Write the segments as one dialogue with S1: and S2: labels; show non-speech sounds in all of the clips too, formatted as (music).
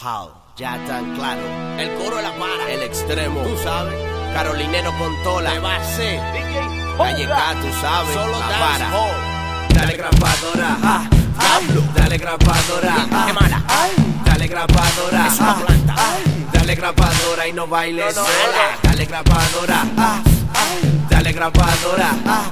S1: How, ya tan claro. El coro de la para, el extremo, tú sabes. Carolinero con tola, de base, Galleca, tú sabes. Solo la para. Dale grabadora, ah, diablo. Dale grabadora, ah, qué mala. Dale grabadora, es una planta. Dale grabadora y no bailes sola. Dale grabadora, ah, dale grabadora, ah,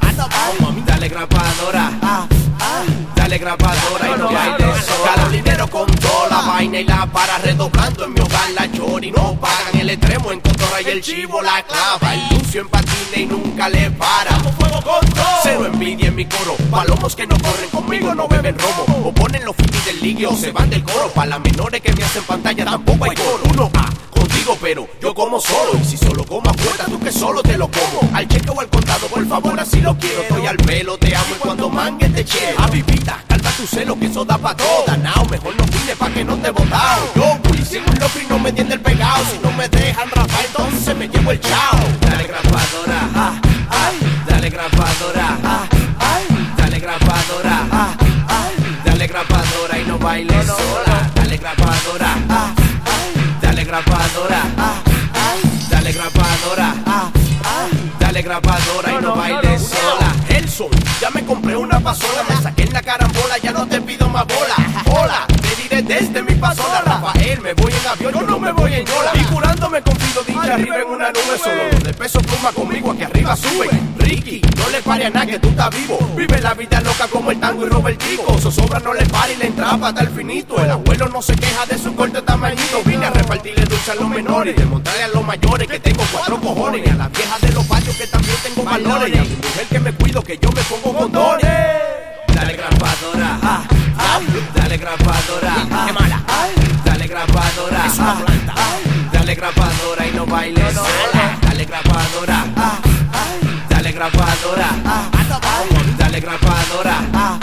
S1: dale grabadora, ah, dale grabadora y no bailes sola. Carolinero con tola, la vaina y la para redoblando en mi hogar la chori no pagan el extremo en contorra y el chivo la clava. El lucio en patines y nunca le para. fuego con todo. Cero envidia en mi coro. Palomos que no corren conmigo no beben robo. O ponen los fitis del ligue o se van del coro. Para las menores que me hacen pantalla tampoco hay coro. Uno a contigo, pero yo como solo. Y si solo como apuesta, tú que solo te lo como. Al cheque o al contado, por favor, así lo quiero. Estoy al pelo, te amo y cuando mangue te quiero. A vivita, calma tu celo, que eso da pa' toda. Now, mejor no pide pa' que no te botao. Yo, policía, un loco y no me tiende el pegado. Si no me dejan rapar, entonces me llevo el chao. Dale grabadora, ah, ay. Dale grabadora, ah, ay. Dale grabadora, ah, ay. Dale grabadora y no bailes sola. Dale grabadora, ah, ay. Dale grabadora, ah, ay. Dale grabadora, ah, ay. Dale grabadora y no bailes sola. El sol, ya me compré una pasola, me saqué en la carambola, ya no te pido más bola. Hola, te diré desde mi pasola, Rafael, me voy en avión, yo no me voy en yola. Y curándome contigo, dicha arriba en una nube, solo los de peso pluma conmigo, aquí arriba sube. Ricky, no le pare a nada que tú estás vivo. Vive la vida loca como el tango y Robertico. Zozobra no le pare y le entrapa hasta el finito. El abuelo no se queja de su corte tamañito. Vine a repartirle dulce a los menores, demostrarle a los mayores que tengo cuatro cojones. Y a las viejas de los patios que también tengo valores. Y a mi mujer que me cuido, que yo me pongo condones. Dale grabadora, ah, ah, dale grabadora, ah, dale grabadora, ah, dale grabadora y no bailes sola. Dale grabadora, ah, dale grabadora, ah, dale grabadora, ah,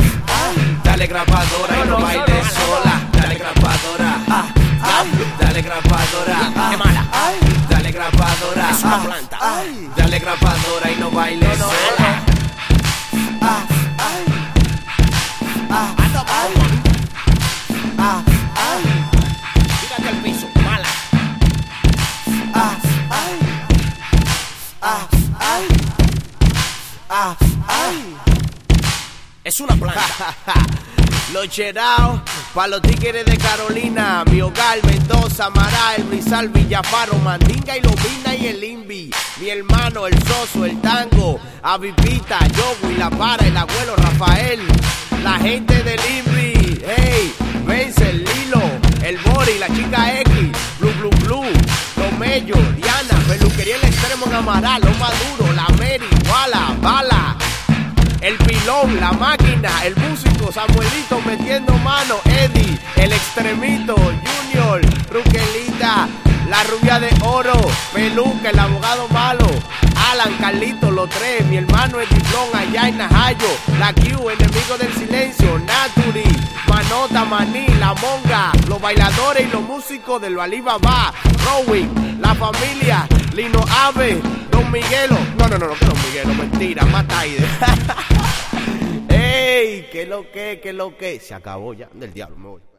S1: dale grabadora y no bailes sola. Dale grabadora, ah, dale grabadora, ah, dale grabadora, ah, dale grabadora y no bailes sola. Tírate al piso, mala. Es una planta. (laughs) Los cheraos, pa' los tigres de Carolina, mi hogar, Mendoza, Mará, El Rizal, Villafaro, Mandinga y Lobina y el Invi. Mi hermano, el Soso, el Tango, Avipita, Yogu y La Para, el abuelo Rafael. La gente del Invi, hey, vence el Lilo, el Bori, la chica X, Blue Blue Blue, Lomello, Diana, Peluquería El Extremo en Amaral, Lo Maduro, La Mary, Wala, Bala. El pilón, la máquina, el músico, Samuelito metiendo mano, Eddie, el extremito, Junior, Ruquelita, la rubia de oro, Peluca, el abogado malo, Alan, Carlito, los tres, mi hermano el Tiplón, allá en Najayo, la Q, enemigo del silencio, Naturi, Manota, Maní, la Monga, los bailadores y los músicos de los Alibaba, Rowing, la familia, Lino Ave, Don Miguelo, no, no, no, no, que Don Miguelo, mentira, mata ahí. (laughs) ¡Ey! ¿Qué lo que? ¿Qué lo que? Se acabó ya. Del diablo, me voy.